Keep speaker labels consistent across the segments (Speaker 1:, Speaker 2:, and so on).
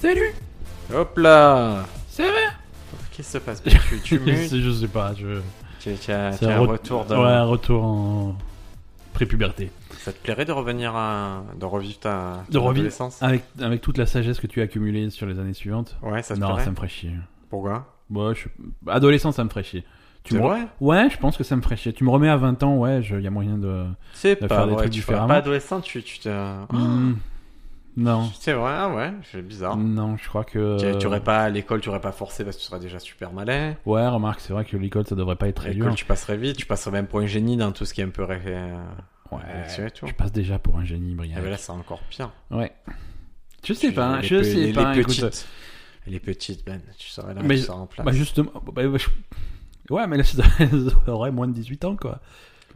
Speaker 1: Salut
Speaker 2: Hop là
Speaker 1: Ça va
Speaker 2: Qu'est-ce qui se passe Tu, tu mutes
Speaker 1: Je sais pas, je...
Speaker 2: Tu tu as,
Speaker 1: c'est
Speaker 2: tu as un
Speaker 1: re-
Speaker 2: retour de...
Speaker 1: Ouais, un retour en prépuberté.
Speaker 2: Ça te plairait de revenir à... De revivre ta...
Speaker 1: De
Speaker 2: ton
Speaker 1: revivre Ah.
Speaker 2: adolescence
Speaker 1: Avec, avec toute la sagesse que tu as accumulée sur les années suivantes.
Speaker 2: Ouais, ça te
Speaker 1: non,
Speaker 2: plairait
Speaker 1: ça me ferait chier.
Speaker 2: Pourquoi
Speaker 1: Moi, je... Adolescent, ça me ferait chier. Tu
Speaker 2: C'est
Speaker 1: me...
Speaker 2: vrai
Speaker 1: Ouais, je pense que ça me ferait chier. Tu me remets à 20 ans, ouais, il y a moyen de...
Speaker 2: C'est
Speaker 1: de
Speaker 2: pas
Speaker 1: faire des
Speaker 2: vrai,
Speaker 1: trucs
Speaker 2: tu feras
Speaker 1: différemment.
Speaker 2: pas adolescent, tu, tu te...
Speaker 1: Hmm. Non,
Speaker 2: C'est vrai, Oh. ah ouais, c'est bizarre.
Speaker 1: non, je crois que...
Speaker 2: Tu, tu aurais pas, à l'école, tu aurais pas forcé parce que tu serais déjà super malin.
Speaker 1: Ouais, remarque, c'est vrai que l'école, ça devrait pas être
Speaker 2: À
Speaker 1: très dur.
Speaker 2: l'école, tu passerais vite, tu passerais même pour un génie dans tout ce qui est un peu ré- euh, réflexion
Speaker 1: Ouais,
Speaker 2: et tout.
Speaker 1: je passe déjà pour un génie
Speaker 2: Ah
Speaker 1: brillant.
Speaker 2: ben là, c'est encore pire.
Speaker 1: Ouais. Je sais
Speaker 2: Tu-
Speaker 1: pas,
Speaker 2: les
Speaker 1: je
Speaker 2: pe-
Speaker 1: sais
Speaker 2: les-
Speaker 1: pas.
Speaker 2: Les
Speaker 1: écoute.
Speaker 2: petites, les petites, Ben, tu serais là,
Speaker 1: Mais
Speaker 2: tu
Speaker 1: je-
Speaker 2: serais en place.
Speaker 1: Bah justement, bah, bah, je- ouais, mais là, ça aurait moins de 18 ans, quoi.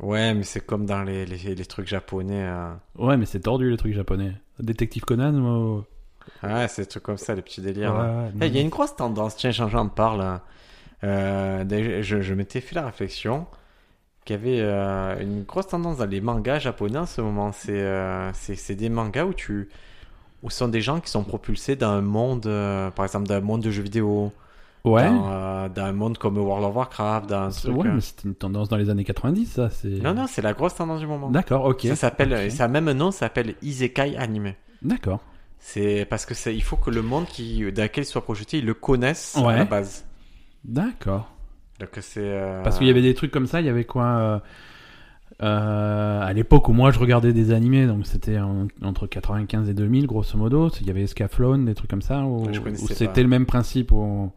Speaker 2: Ouais, mais c'est comme dans les, les, les trucs japonais. euh.
Speaker 1: Ouais, mais c'est tordu, les trucs japonais. Détective Conan, moi...
Speaker 2: Ouais, c'est des trucs comme ça, les petits délires.
Speaker 1: ouais,
Speaker 2: là.
Speaker 1: ouais,
Speaker 2: Eh, Il y a
Speaker 1: non.
Speaker 2: une grosse tendance, tiens, j'en j'en parle. hein. Euh, d'ailleurs, je je m'étais fait la réflexion qu'il y avait euh, une grosse tendance dans les mangas japonais en ce moment. C'est euh, c'est- c'est des mangas où tu où sont des gens qui sont propulsés dans un monde, euh, par exemple, d'un monde de jeux vidéo,
Speaker 1: Ouais,
Speaker 2: dans, euh, dans un monde comme World of Warcraft, dans un
Speaker 1: c'est-
Speaker 2: truc,
Speaker 1: ouais,
Speaker 2: euh.
Speaker 1: mais c'était une tendance dans les années 90, ça. c'est...
Speaker 2: Non, non, c'est la grosse tendance du moment.
Speaker 1: D'accord, ok.
Speaker 2: Ça s'appelle,
Speaker 1: Ok.
Speaker 2: et ça a même un nom, ça s'appelle Isekai Anime.
Speaker 1: D'accord.
Speaker 2: C'est parce que c'est, il faut que le monde qui, dans lequel il soit projeté, ils le connaissent
Speaker 1: Ouais.
Speaker 2: à la base.
Speaker 1: D'accord.
Speaker 2: Donc c'est. euh,
Speaker 1: Parce qu'il y avait des trucs comme ça, il y avait quoi euh, euh, à l'époque où moi je regardais des animés, donc c'était en- entre 95 et 2000 grosso modo, il y avait Scaflone, des trucs comme ça, où,
Speaker 2: Je
Speaker 1: où
Speaker 2: connaissais pas.
Speaker 1: c'était le même principe. Où...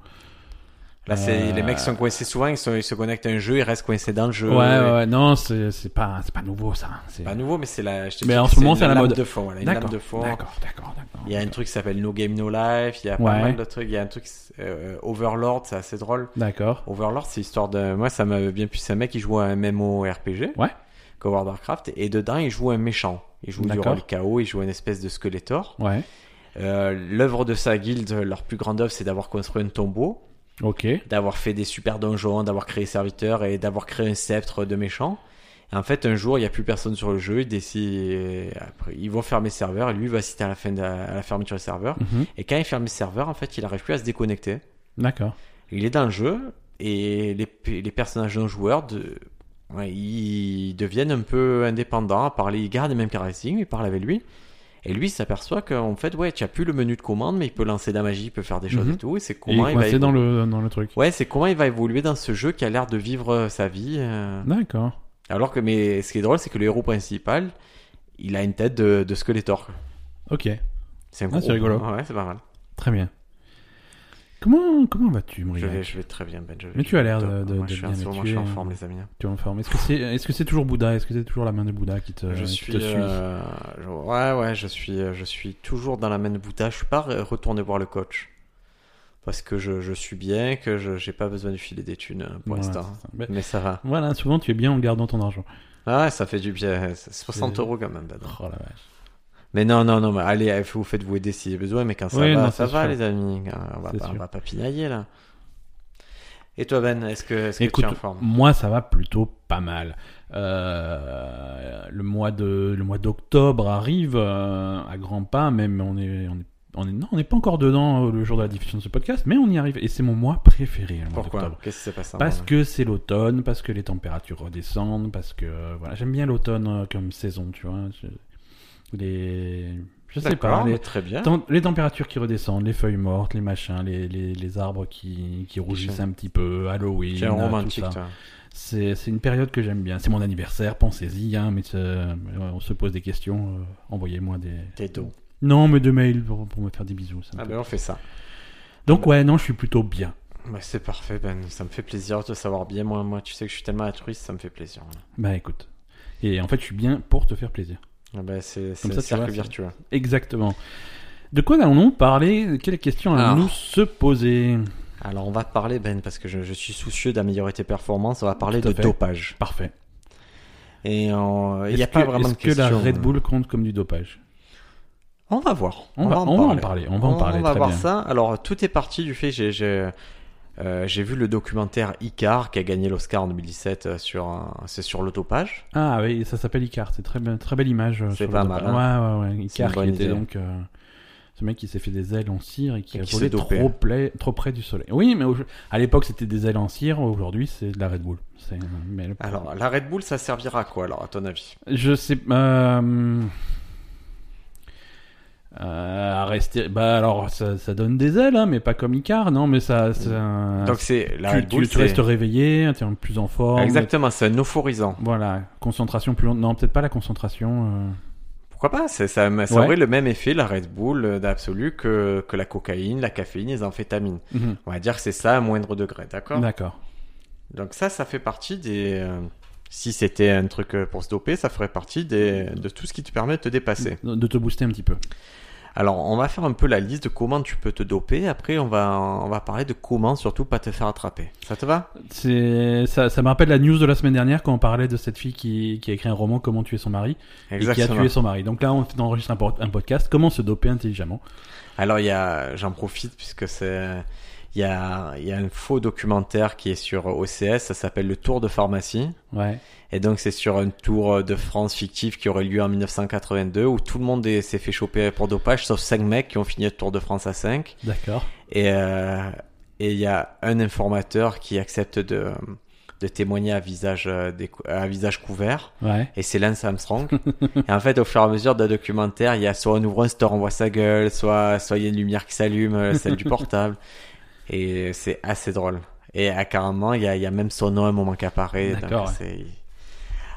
Speaker 2: Là, c'est,
Speaker 1: Euh,
Speaker 2: les mecs sont coincés souvent, ils, sont- ils se connectent à un jeu, ils restent coincés dans le jeu.
Speaker 1: ouais, ouais, ouais, non, c'est c'est pas, c'est pas nouveau ça. hein. c'est-
Speaker 2: C'est Pas nouveau, mais c'est la. je te
Speaker 1: Mais
Speaker 2: dis
Speaker 1: en
Speaker 2: que
Speaker 1: ce moment, c'est
Speaker 2: une
Speaker 1: la
Speaker 2: lame
Speaker 1: mode.
Speaker 2: De fond, voilà, Ben, une lame
Speaker 1: D'accord,
Speaker 2: de fond.
Speaker 1: d'accord, d'accord, d'accord.
Speaker 2: Il y a un truc qui s'appelle No Game No Life, il y a pas
Speaker 1: Ouais.
Speaker 2: mal de trucs, il y a un truc euh, Overlord, c'est assez drôle.
Speaker 1: D'accord,
Speaker 2: Overlord, c'est l'histoire de. Moi, ça m'avait bien plus. C'est un mec qui joue à un MMORPG.
Speaker 1: Ouais.
Speaker 2: Comme World of Warcraft. Et dedans, il joue un méchant. Il joue du
Speaker 1: D'accord.
Speaker 2: rôle KO, il joue une espèce de Skeletor.
Speaker 1: ouais,
Speaker 2: Euh, L'œuvre de sa guilde, leur plus grande œuvre, c'est d'avoir construit un tombeau,
Speaker 1: ok,
Speaker 2: d'avoir fait des super donjons, d'avoir créé serviteurs et d'avoir créé un sceptre de méchant. Et en fait, un jour, il n'y a plus personne sur le jeu. Ils décident. Après, ils vont fermer le serveur et lui va citer à la fin de la, à la fermeture du serveur.
Speaker 1: mhm,
Speaker 2: Et quand il ferme le serveur, en fait, il n'arrive plus à se déconnecter.
Speaker 1: d'accord,
Speaker 2: Il est dans le jeu et les, p- les personnages non joueurs de, ouais, ils deviennent un peu indépendants. Par les, ils gardent les mêmes caractéristiques, ils parlent avec lui. Et lui, il s'aperçoit qu'en fait, ouais, tu as plus le menu de commande, mais il peut lancer de la magie, il peut faire des choses
Speaker 1: Mhm.
Speaker 2: et tout. Et c'est
Speaker 1: il
Speaker 2: comment
Speaker 1: est
Speaker 2: il va
Speaker 1: coincé
Speaker 2: évoluer.
Speaker 1: dans le, dans le truc.
Speaker 2: Ouais, c'est comment il va évoluer dans ce jeu qui a l'air de vivre euh, sa vie. euh.
Speaker 1: D'accord,
Speaker 2: Alors que, mais ce qui est drôle, c'est que le héros principal, il a une tête de, de Skeletor.
Speaker 1: ok,
Speaker 2: C'est un
Speaker 1: Ah, c'est
Speaker 2: gros-
Speaker 1: rigolo.
Speaker 2: Ouais, c'est pas mal.
Speaker 1: très bien. Comment, comment vas-tu,
Speaker 2: Je vais,
Speaker 1: Moriac
Speaker 2: je vais très bien, Ben. je vais-
Speaker 1: Mais
Speaker 2: je
Speaker 1: tu as
Speaker 2: vais
Speaker 1: l'air
Speaker 2: au top.
Speaker 1: de- de-
Speaker 2: Moi,
Speaker 1: de
Speaker 2: je suis en
Speaker 1: bien euh.
Speaker 2: ce moment, je suis en
Speaker 1: habitué.
Speaker 2: forme, les amis.
Speaker 1: Tu es en forme. Est-ce que c'est est -ce c'est toujours Bouddha Est-ce que c'est toujours la main de Bouddha qui te,
Speaker 2: Je
Speaker 1: qui
Speaker 2: suis,
Speaker 1: te suit
Speaker 2: euh, je- ouais, ouais, je suis, euh, je suis toujours dans la main de Bouddha. Je suis pas re- retourné voir le coach parce que je, je suis bien, que je j'ai pas besoin de filer des thunes euh, pour
Speaker 1: Ouais,
Speaker 2: l'instant.
Speaker 1: c'est ça. Ben,
Speaker 2: Mais ça va.
Speaker 1: Voilà, souvent tu es bien en gardant ton argent.
Speaker 2: Ah, ouais, ça fait du bien. C'est 60
Speaker 1: C'est-
Speaker 2: euros quand même. ben, non.
Speaker 1: Oh la vache.
Speaker 2: Mais non, non, non. Mais allez, euh, vous faites vous aider s'il y a besoin. Mais quand ça
Speaker 1: Oui,
Speaker 2: va,
Speaker 1: non,
Speaker 2: ça
Speaker 1: c'est
Speaker 2: va,
Speaker 1: sûr.
Speaker 2: les amis. Ah, On va,
Speaker 1: C'est
Speaker 2: pas, on
Speaker 1: sûr.
Speaker 2: va pas pinailler là. Et toi, Ben, est-ce que, est-ce que tu
Speaker 1: Écoute,
Speaker 2: es en forme
Speaker 1: moi ça va plutôt pas mal. Euh, le mois de le mois d'octobre arrive euh, à grands pas, même on est on est on est- non, on n'est pas encore dedans euh, le jour de la diffusion de ce podcast, mais on y arrive. Et c'est mon mois préféré, le mois
Speaker 2: Pourquoi
Speaker 1: d'octobre.
Speaker 2: Qu'est-ce qui se passe en
Speaker 1: Parce
Speaker 2: moi
Speaker 1: que c'est l'automne, parce que les températures redescendent, parce que euh, voilà, j'aime bien l'automne euh, comme saison, tu vois. Je- les, je sais pas,
Speaker 2: D'accord,
Speaker 1: les-
Speaker 2: mais très bien.
Speaker 1: Tant- les températures qui redescendent, les feuilles mortes, les machins, les, les, les arbres qui, qui rougissent un petit peu, Halloween,
Speaker 2: Tu es un
Speaker 1: euh, tout
Speaker 2: romantique,
Speaker 1: ça.
Speaker 2: toi.
Speaker 1: C'est c'est une période que j'aime bien. C'est mon anniversaire, pensez-y, hein, mais c'est- euh, on se pose des questions, euh, envoyez-moi des...
Speaker 2: T'es dos.
Speaker 1: Non, mais des mails pour, pour me faire des bisous. ça me
Speaker 2: Ah
Speaker 1: fait-
Speaker 2: ben, on fait ça.
Speaker 1: Donc ouais, non, je suis plutôt bien.
Speaker 2: Bah, c'est parfait, Ben. Ça me fait plaisir de savoir bien. Moi, moi, tu sais que je suis tellement altruiste, ça me fait plaisir.
Speaker 1: Bah écoute. Et en fait, je suis bien pour te faire plaisir.
Speaker 2: Ah bah, c'est c'est
Speaker 1: Comme
Speaker 2: le
Speaker 1: ça, tu
Speaker 2: cercle
Speaker 1: vois, c'est-
Speaker 2: virtuel.
Speaker 1: Exactement. De quoi allons-nous parler Quelles questions
Speaker 2: Alors.
Speaker 1: allons-nous se poser
Speaker 2: Alors, on va parler, Ben, parce que je, je suis soucieux d'améliorer tes performances. On va parler
Speaker 1: Tout à
Speaker 2: de
Speaker 1: fait.
Speaker 2: dopage.
Speaker 1: Parfait.
Speaker 2: Et on- il n'y
Speaker 1: Est-ce
Speaker 2: a pas
Speaker 1: que-
Speaker 2: vraiment de euh,
Speaker 1: Est-ce que la
Speaker 2: question.
Speaker 1: Red Bull compte comme du dopage
Speaker 2: On va voir.
Speaker 1: On va- on va en parler, on va en parler,
Speaker 2: On va
Speaker 1: très
Speaker 2: voir
Speaker 1: bien.
Speaker 2: ça. Alors, tout est parti du fait. J'ai j'ai, euh, j'ai vu le documentaire Icar qui a gagné l'Oscar en 2017 euh, sur un- c'est sur le dopage.
Speaker 1: Ah oui, ça s'appelle Icar, c'est très, bien- très belle image. euh,
Speaker 2: C'est
Speaker 1: sur
Speaker 2: pas
Speaker 1: le
Speaker 2: mal, hein.
Speaker 1: dopage. Ouais, ouais, ouais.
Speaker 2: C'est une
Speaker 1: Icar qui
Speaker 2: bonne
Speaker 1: était
Speaker 2: idée.
Speaker 1: donc euh, ce mec qui s'est fait des ailes en cire et qui
Speaker 2: Et
Speaker 1: a
Speaker 2: qui
Speaker 1: volé
Speaker 2: s'est dopé.
Speaker 1: trop, pla- trop près du soleil. Oui, mais au- à l'époque c'était des ailes en cire, aujourd'hui c'est de la Red Bull. C'est- mais le-
Speaker 2: Alors, la Red Bull, ça servira à quoi, alors, à ton avis
Speaker 1: Je sais. euh, euh, à rester. Bah alors, ça, ça donne des ailes, hein, mais pas comme Icar, non, mais ça. ça-
Speaker 2: Mm. Donc, c'est la
Speaker 1: Ah, tu,
Speaker 2: Red
Speaker 1: tu-
Speaker 2: Bull.
Speaker 1: tu
Speaker 2: c'est-
Speaker 1: restes réveillé, tu es plus en forme.
Speaker 2: Exactement, c'est un euphorisant.
Speaker 1: Voilà, concentration plus longue. Non, peut-être pas la concentration. euh.
Speaker 2: Pourquoi pas c'est- Ça, ça
Speaker 1: Ouais.
Speaker 2: aurait le même effet, la Red Bull euh, d'absolu, que, que la cocaïne, la caféine, les amphétamines.
Speaker 1: Mhm.
Speaker 2: On va dire que c'est ça à moindre degré, d'accord
Speaker 1: D'accord.
Speaker 2: Donc ça, ça fait partie des... euh, si c'était un truc euh, pour se doper, ça ferait partie des, de tout ce qui te permet de te dépasser.
Speaker 1: De de te booster un petit peu.
Speaker 2: Alors, on va faire un peu la liste de comment tu peux te doper. Après, on va, on va parler de comment surtout pas te faire attraper. Ça te va
Speaker 1: C'est ça, ça me rappelle la news de la semaine dernière quand on parlait de cette fille qui, qui a écrit un roman Comment tuer son mari et qui a tué son mari. Donc là, on enregistre un, pod- un podcast Comment se doper intelligemment.
Speaker 2: Alors, il y a, j'en profite puisque c'est, il y a, il y a un faux documentaire qui est sur OCS. Ça s'appelle le Tour de pharmacie.
Speaker 1: Ouais.
Speaker 2: Et donc, c'est sur un tour euh, de France fictif qui aurait lieu en 1982 où tout le monde est- s'est fait choper pour dopage sauf cinq mecs qui ont fini le Tour de France à 5.
Speaker 1: D'accord.
Speaker 2: Et euh, et il y a un informateur qui accepte de, euh, de témoigner à visage, euh, décou- à visage couvert.
Speaker 1: Ouais.
Speaker 2: Et c'est Lance Armstrong. et en fait, au fur et à mesure d'un documentaire, il y a soit on ouvre un store, on voit sa gueule, soit soit il y a une lumière qui s'allume, euh, celle du portable. Et c'est assez drôle. Et ah, carrément, il y a, il y a même son nom à un moment qui apparaît. donc
Speaker 1: D'accord, ouais.
Speaker 2: c'est-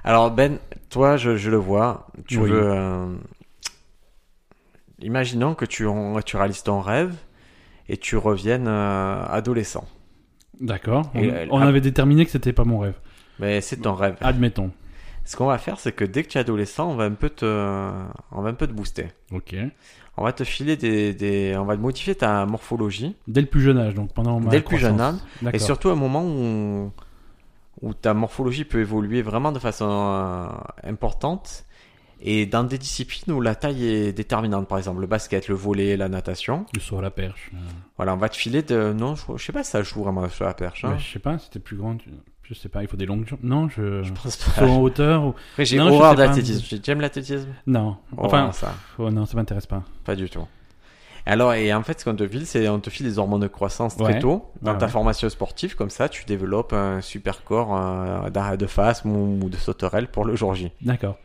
Speaker 2: Alors Ben, toi, je, je le vois. Tu
Speaker 1: Oui.
Speaker 2: veux... euh, Imaginons que tu, en- tu réalises ton rêve et tu reviennes euh, adolescent.
Speaker 1: D'accord. On,
Speaker 2: Et elle-
Speaker 1: on
Speaker 2: ah-
Speaker 1: avait déterminé que c'était pas mon rêve.
Speaker 2: Mais c'est ton rêve.
Speaker 1: Admettons.
Speaker 2: Ce qu'on va faire, c'est que dès que tu es adolescent, on va un peu te, on va un peu te booster.
Speaker 1: Ok.
Speaker 2: On va te filer des, des- on va te modifier ta morphologie
Speaker 1: Dès le plus jeune âge, donc pendant ma
Speaker 2: Dès le plus jeune
Speaker 1: croissance.
Speaker 2: et
Speaker 1: D'accord.
Speaker 2: surtout un moment où, où ta morphologie peut évoluer vraiment de façon euh, importante et dans des disciplines où la taille est déterminante, par exemple le basket, le volley, la natation.
Speaker 1: Le saut à la perche. euh,
Speaker 2: Voilà, on va te filer de, non, je, je sais pas si ça joue vraiment sur la perche. hein.
Speaker 1: ouais, je sais pas, c'était plus grand. tu- Je sais pas, il faut des longues jambes. Non, je.
Speaker 2: Je Ah. pense
Speaker 1: Saut
Speaker 2: pas.
Speaker 1: en hauteur ou.
Speaker 2: Après, j'ai
Speaker 1: Non, je
Speaker 2: horreur
Speaker 1: sais pas.
Speaker 2: d'athlétisme. J'ai- J'aime l'athlétisme.
Speaker 1: Non.
Speaker 2: Enfin,
Speaker 1: Enfin,
Speaker 2: ça.
Speaker 1: oh non, ça m'intéresse pas.
Speaker 2: Pas du tout. Alors, et en fait, ce qu'on te file, c'est on te file des hormones de croissance très
Speaker 1: Ouais. Ah
Speaker 2: tôt dans
Speaker 1: Ouais,
Speaker 2: ta
Speaker 1: ouais.
Speaker 2: formation sportive, comme ça, tu développes un super corps euh, d'arrêt de face ou, ou de sauterelle pour le jour J.
Speaker 1: D'accord.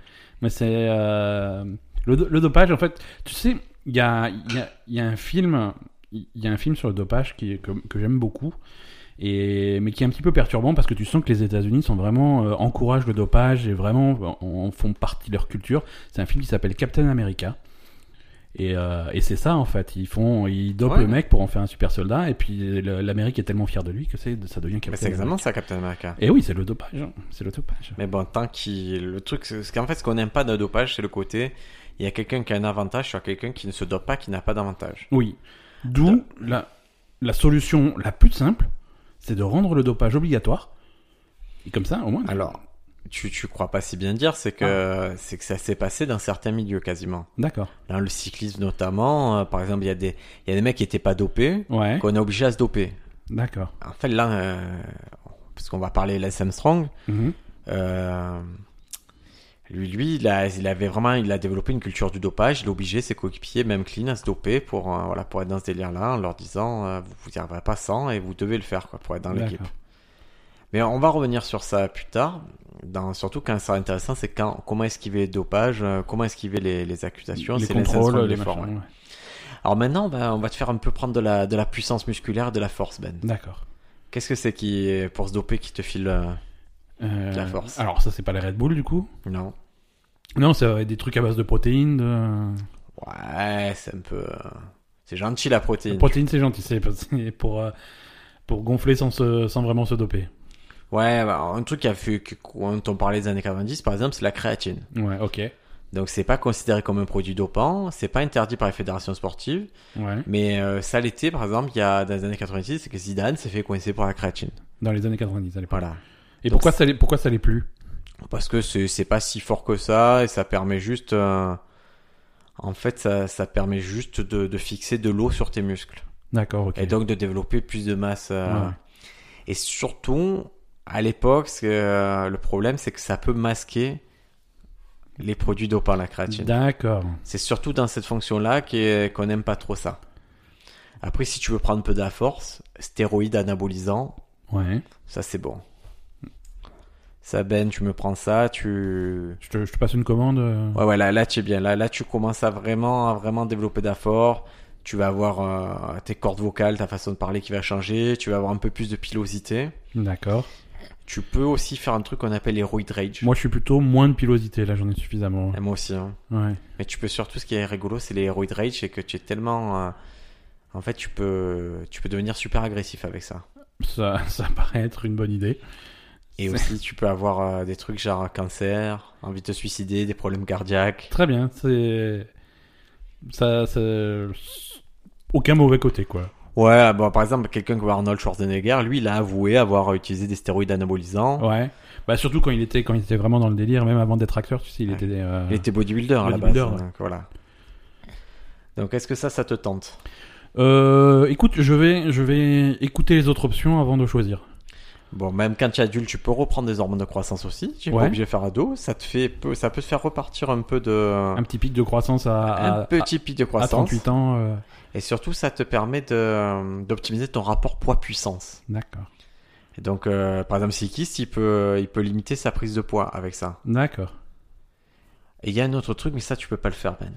Speaker 1: Mais c'est. euh, Le, do- le dopage, en fait, tu sais, il y a, il y, a, il y a un film. Il y a un film sur le dopage qui, est- que, que j'aime beaucoup, et, mais qui est un petit peu perturbant parce que tu sens que les États-Unis sont vraiment euh, encouragent le dopage et vraiment en, en font partie de leur culture. C'est un film qui s'appelle Captain America, et, euh, et c'est ça en fait. Ils font, ils dopent
Speaker 2: Ouais.
Speaker 1: le mec pour en faire un super soldat, et puis le- l'Amérique est tellement fière de lui que c'est, ça devient Captain.
Speaker 2: Mais c'est exactement ça, Captain America.
Speaker 1: Et oui, c'est le dopage. hein. C'est le dopage.
Speaker 2: Mais bon, tant qu'il. Le truc, c'est ce qu'en fait, ce qu'on n'aime pas d'un dopage, c'est le côté il y a quelqu'un qui a un avantage sur quelqu'un qui ne se dope pas, qui n'a pas d'avantage.
Speaker 1: Oui. D'où la, la solution la plus simple, c'est de rendre le dopage obligatoire. Et comme ça, au moins.
Speaker 2: Alors, tu, tu crois pas si bien dire, c'est que,
Speaker 1: Ah.
Speaker 2: c'est que ça s'est passé dans certains milieux quasiment.
Speaker 1: D'accord.
Speaker 2: Dans le cyclisme notamment, euh, par exemple, il y, a des- il y a des mecs qui n'étaient pas dopés,
Speaker 1: Ouais.
Speaker 2: qu'on est obligé à se doper.
Speaker 1: D'accord.
Speaker 2: En fait, là, euh, parce qu'on va parler de Armstrong,
Speaker 1: Mhm.
Speaker 2: euh, lui, lui il, a, il avait vraiment il a développé une culture du dopage. Il obligeait ses coéquipiers, même Clean, à se doper pour, euh, voilà, pour être dans ce délire-là, en leur disant euh, Vous n'y arriverez pas sans et vous devez le faire quoi, pour être dans l'équipe.
Speaker 1: D'accord.
Speaker 2: Mais on va revenir sur ça plus tard. Dans, surtout quand ça sera intéressant, c'est quand, comment esquiver le dopage, euh, comment esquiver les, les accusations.
Speaker 1: Les
Speaker 2: c'est Armstrong
Speaker 1: contrôles,
Speaker 2: qui
Speaker 1: les
Speaker 2: le fait,
Speaker 1: machins.
Speaker 2: ouais.
Speaker 1: ouais.
Speaker 2: Alors maintenant, on va- on va te faire un peu prendre de la, de la puissance musculaire, de la force, Ben.
Speaker 1: D'accord.
Speaker 2: Qu'est-ce que c'est qui est pour se doper qui te file euh,
Speaker 1: Euh,
Speaker 2: La force.
Speaker 1: Alors, ça, c'est pas la Red Bull, du coup
Speaker 2: Non.
Speaker 1: Non, ça va être des trucs à base de protéines. De...
Speaker 2: Ouais, c'est un peu. euh, C'est gentil la protéine.
Speaker 1: Protéines, c'est gentil. C'est c'est pour, euh, pour gonfler sans, se- sans vraiment se doper.
Speaker 2: Ouais, bah, un truc qui a fait que- quand on parlait des années 90, par exemple, c'est la créatine.
Speaker 1: Ouais, ok.
Speaker 2: Donc c'est pas considéré comme un produit dopant, c'est pas interdit par les fédérations sportives,
Speaker 1: Ouais.
Speaker 2: mais euh, ça l'était par exemple il y a dans les années 90, c'est que Zidane s'est fait coincer pour la créatine.
Speaker 1: Dans les années 90, à l'époque.
Speaker 2: Voilà.
Speaker 1: Et
Speaker 2: Donc,
Speaker 1: pourquoi ça, l'est- pourquoi ça l'est plus
Speaker 2: Parce que c'est c'est pas si fort que ça et ça permet juste. euh, En fait, ça, ça permet juste de- de fixer de l'eau sur tes muscles.
Speaker 1: D'accord, ok.
Speaker 2: Et donc de développer plus de masse. euh,
Speaker 1: Ouais.
Speaker 2: Et surtout, à l'époque, ce que, euh, le problème, c'est que ça peut masquer les produits dopants, la créatine.
Speaker 1: D'accord.
Speaker 2: C'est surtout dans cette fonction-là qu'est- qu'on n'aime pas trop ça. Après, si tu veux prendre un peu de la force, stéroïdes anabolisants,
Speaker 1: Ouais.
Speaker 2: ça c'est bon. Ça ben, tu me prends ça, tu...
Speaker 1: Je te, je te passe une commande. euh,
Speaker 2: Ouais, ouais, là, là tu es bien. Là, là, tu commences à vraiment, à vraiment développer d'affort. Tu vas avoir euh, tes cordes vocales, ta façon de parler qui va changer. Tu vas avoir un peu plus de pilosité.
Speaker 1: D'accord.
Speaker 2: Tu peux aussi faire un truc qu'on appelle Heroid Rage.
Speaker 1: Moi, je suis plutôt moins de pilosité. Là, j'en ai suffisamment.
Speaker 2: Et moi aussi. hein.
Speaker 1: Ouais.
Speaker 2: Mais tu peux surtout, ce qui est rigolo, c'est les Heroid Rage, c'est que tu es tellement. euh, en fait, tu peux, tu peux devenir super agressif avec ça.
Speaker 1: Ça, ça paraît être une bonne idée.
Speaker 2: Et
Speaker 1: C'est-
Speaker 2: aussi, tu peux avoir euh, des trucs genre cancer, envie de te suicider, des problèmes cardiaques.
Speaker 1: Très bien. C'est. Ça, ça. Aucun mauvais côté, quoi.
Speaker 2: Ouais, bon, par exemple, quelqu'un comme Arnold Schwarzenegger, lui, il a avoué avoir utilisé des stéroïdes anabolisants.
Speaker 1: Ouais. Bah, surtout quand il était, quand il était vraiment dans le délire, même avant d'être acteur, tu sais, il
Speaker 2: Ouais.
Speaker 1: était. euh,
Speaker 2: Il était bodybuilder à la base.
Speaker 1: Bodybuilder,
Speaker 2: hein,
Speaker 1: ouais.
Speaker 2: donc voilà. Donc est-ce que ça, ça te tente
Speaker 1: Euh, écoute, je vais, je vais écouter les autres options avant de choisir.
Speaker 2: Bon, même quand tu es adulte, tu peux reprendre des hormones de croissance aussi. Tu n'es
Speaker 1: Ouais.
Speaker 2: pas obligé de faire ado. Ça te fait, peu- ça peut te faire repartir un peu de
Speaker 1: Un petit pic de croissance à, à-
Speaker 2: un petit pic de
Speaker 1: à- à
Speaker 2: croissance.
Speaker 1: 38 ans. euh,
Speaker 2: Et surtout, ça te permet de d'optimiser ton rapport poids-puissance.
Speaker 1: D'accord.
Speaker 2: Et donc, euh, par exemple, Sikist, il peut il peut limiter sa prise de poids avec ça.
Speaker 1: D'accord.
Speaker 2: Et il y a un autre truc, mais ça, tu peux pas le faire, Ben.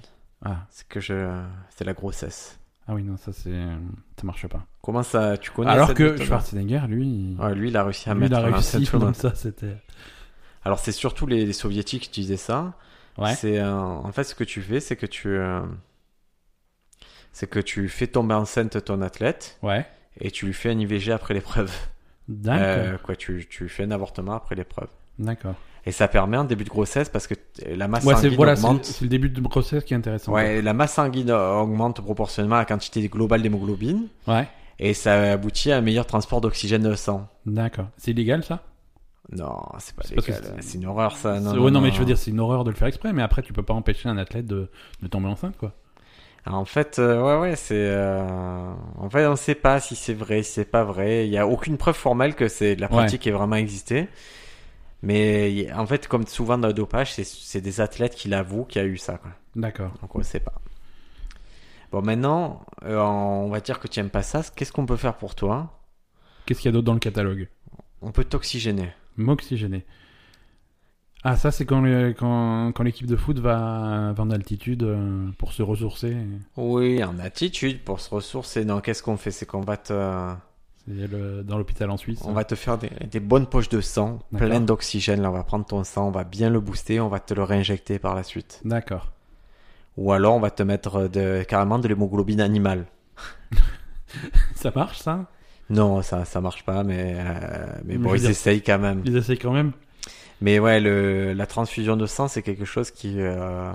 Speaker 1: Ah.
Speaker 2: C'est que je, c'est la grossesse.
Speaker 1: ah oui, non, ça, c'est, ça marche pas.
Speaker 2: Comment ça, tu connais
Speaker 1: Alors
Speaker 2: cette
Speaker 1: que
Speaker 2: méthode-là
Speaker 1: Schwarzenegger, lui, il-
Speaker 2: Ouais, lui, il a réussi à
Speaker 1: lui, il
Speaker 2: mettre
Speaker 1: a
Speaker 2: un-
Speaker 1: réussi.
Speaker 2: cette chose-là.
Speaker 1: donc ça, c'était.
Speaker 2: Alors c'est surtout les, les soviétiques qui disaient ça.
Speaker 1: Ouais.
Speaker 2: C'est euh, en fait ce que tu fais, c'est que tu euh, c'est que tu fais tomber enceinte ton athlète
Speaker 1: Ouais.
Speaker 2: et tu lui fais un IVG après l'épreuve.
Speaker 1: D'accord.
Speaker 2: Euh, quoi, tu, tu fais un avortement après l'épreuve.
Speaker 1: D'accord.
Speaker 2: Et ça permet un début de grossesse parce que t- la masse
Speaker 1: Ouais, c'est,
Speaker 2: sanguine
Speaker 1: voilà, c'est,
Speaker 2: augmente.
Speaker 1: c'est le début de grossesse qui est intéressant.
Speaker 2: Ouais, la masse sanguine euh, augmente proportionnellement à la quantité globale d'hémoglobine
Speaker 1: Ouais.
Speaker 2: et ça aboutit à un meilleur transport d'oxygène dans le sang.
Speaker 1: D'accord. C'est illégal, ça
Speaker 2: Non, c'est pas
Speaker 1: C'est parce que
Speaker 2: légal.
Speaker 1: c'est-
Speaker 2: C'est une horreur ça. Euh, Non,
Speaker 1: C'est-
Speaker 2: non,
Speaker 1: ouais, non, mais
Speaker 2: non.
Speaker 1: je veux dire, c'est une horreur de le faire exprès, mais après, tu peux pas empêcher un athlète de, de tomber enceinte, quoi.
Speaker 2: Alors, En fait, euh, ouais, ouais, c'est. euh, En fait, on ne sait pas si c'est vrai, si c'est pas vrai. Il n'y a aucune preuve formelle que c'est de la
Speaker 1: Ouais.
Speaker 2: pratique qui ait vraiment existé. Mais il y a- en fait, comme souvent dans le dopage, c'est- c'est des athlètes qui l'avouent qu'il y a eu ça. Quoi.
Speaker 1: D'accord.
Speaker 2: Donc on ne sait pas. Bon, maintenant, euh, on va dire que tu n'aimes pas ça. Qu'est-ce qu'on peut faire pour toi
Speaker 1: Qu'est-ce qu'il y a d'autre dans le catalogue
Speaker 2: On peut t'oxygéner.
Speaker 1: M'oxygéner. Ah, ça, c'est quand, le- quand, quand l'équipe de foot va, va en altitude euh, pour se ressourcer.
Speaker 2: Oui, en attitude pour se ressourcer. Non, qu'est-ce qu'on fait C'est qu'on va te,
Speaker 1: C'est le- dans l'hôpital en Suisse.
Speaker 2: on va te faire des, des bonnes poches de sang,
Speaker 1: D'accord.
Speaker 2: pleines d'oxygène. Là, on va prendre ton sang, on va bien le booster, on va te le réinjecter par la suite.
Speaker 1: D'accord.
Speaker 2: Ou alors, on va te mettre de, carrément de l'hémoglobine animale.
Speaker 1: Ça marche, ça
Speaker 2: Non, ça, ça marche pas, mais, euh, mais
Speaker 1: Mais
Speaker 2: bon,
Speaker 1: je veux
Speaker 2: ils
Speaker 1: dire-
Speaker 2: essayent quand même.
Speaker 1: Ils essaient quand même
Speaker 2: Mais ouais, le, la transfusion de sang, c'est quelque chose qui, euh,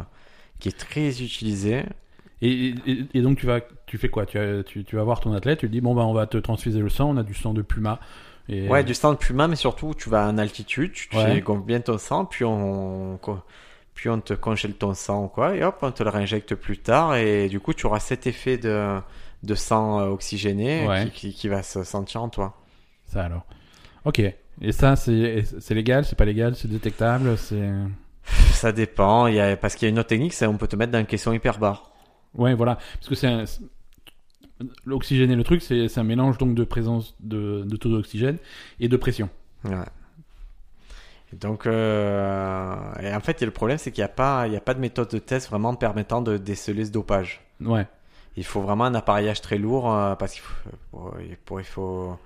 Speaker 2: qui est très utilisé.
Speaker 1: et, et- et donc tu vas tu fais quoi tu, vas- tu, tu vas voir ton athlète, tu lui dis bon bah on va te transfuser le sang, on a du sang de puma. Et, euh,
Speaker 2: Ouais, du sang de puma, mais surtout, tu vas en altitude, tu
Speaker 1: Ouais.
Speaker 2: tu gonfles bien ton sang, puis on, co- puis on te congèle ton sang, quoi, et hop, on te le réinjecte plus tard, et du coup, tu auras cet effet de, de sang euh, oxygéné
Speaker 1: Ouais.
Speaker 2: qui, qui, qui va se sentir en toi.
Speaker 1: Ça alors. Ok. Et ça c'est et c'est légal, c'est pas légal, c'est détectable, c'est
Speaker 2: Ça dépend, il y a, parce qu'il y a une autre technique, c'est on peut te mettre dans un caisson hyperbare.
Speaker 1: ouais voilà parce que c'est un- c'est- l'oxygéner le truc c'est c'est un mélange donc de présence de, de taux d'oxygène et de pression.
Speaker 2: Ouais. Et donc, euh, et en fait, et le problème, c'est qu'il n'y a, pas- il y a pas de méthode de test vraiment permettant de déceler ce dopage.
Speaker 1: Ouais.
Speaker 2: Il faut vraiment un appareillage très lourd euh, parce qu'il faut, pour, il faut- il faut-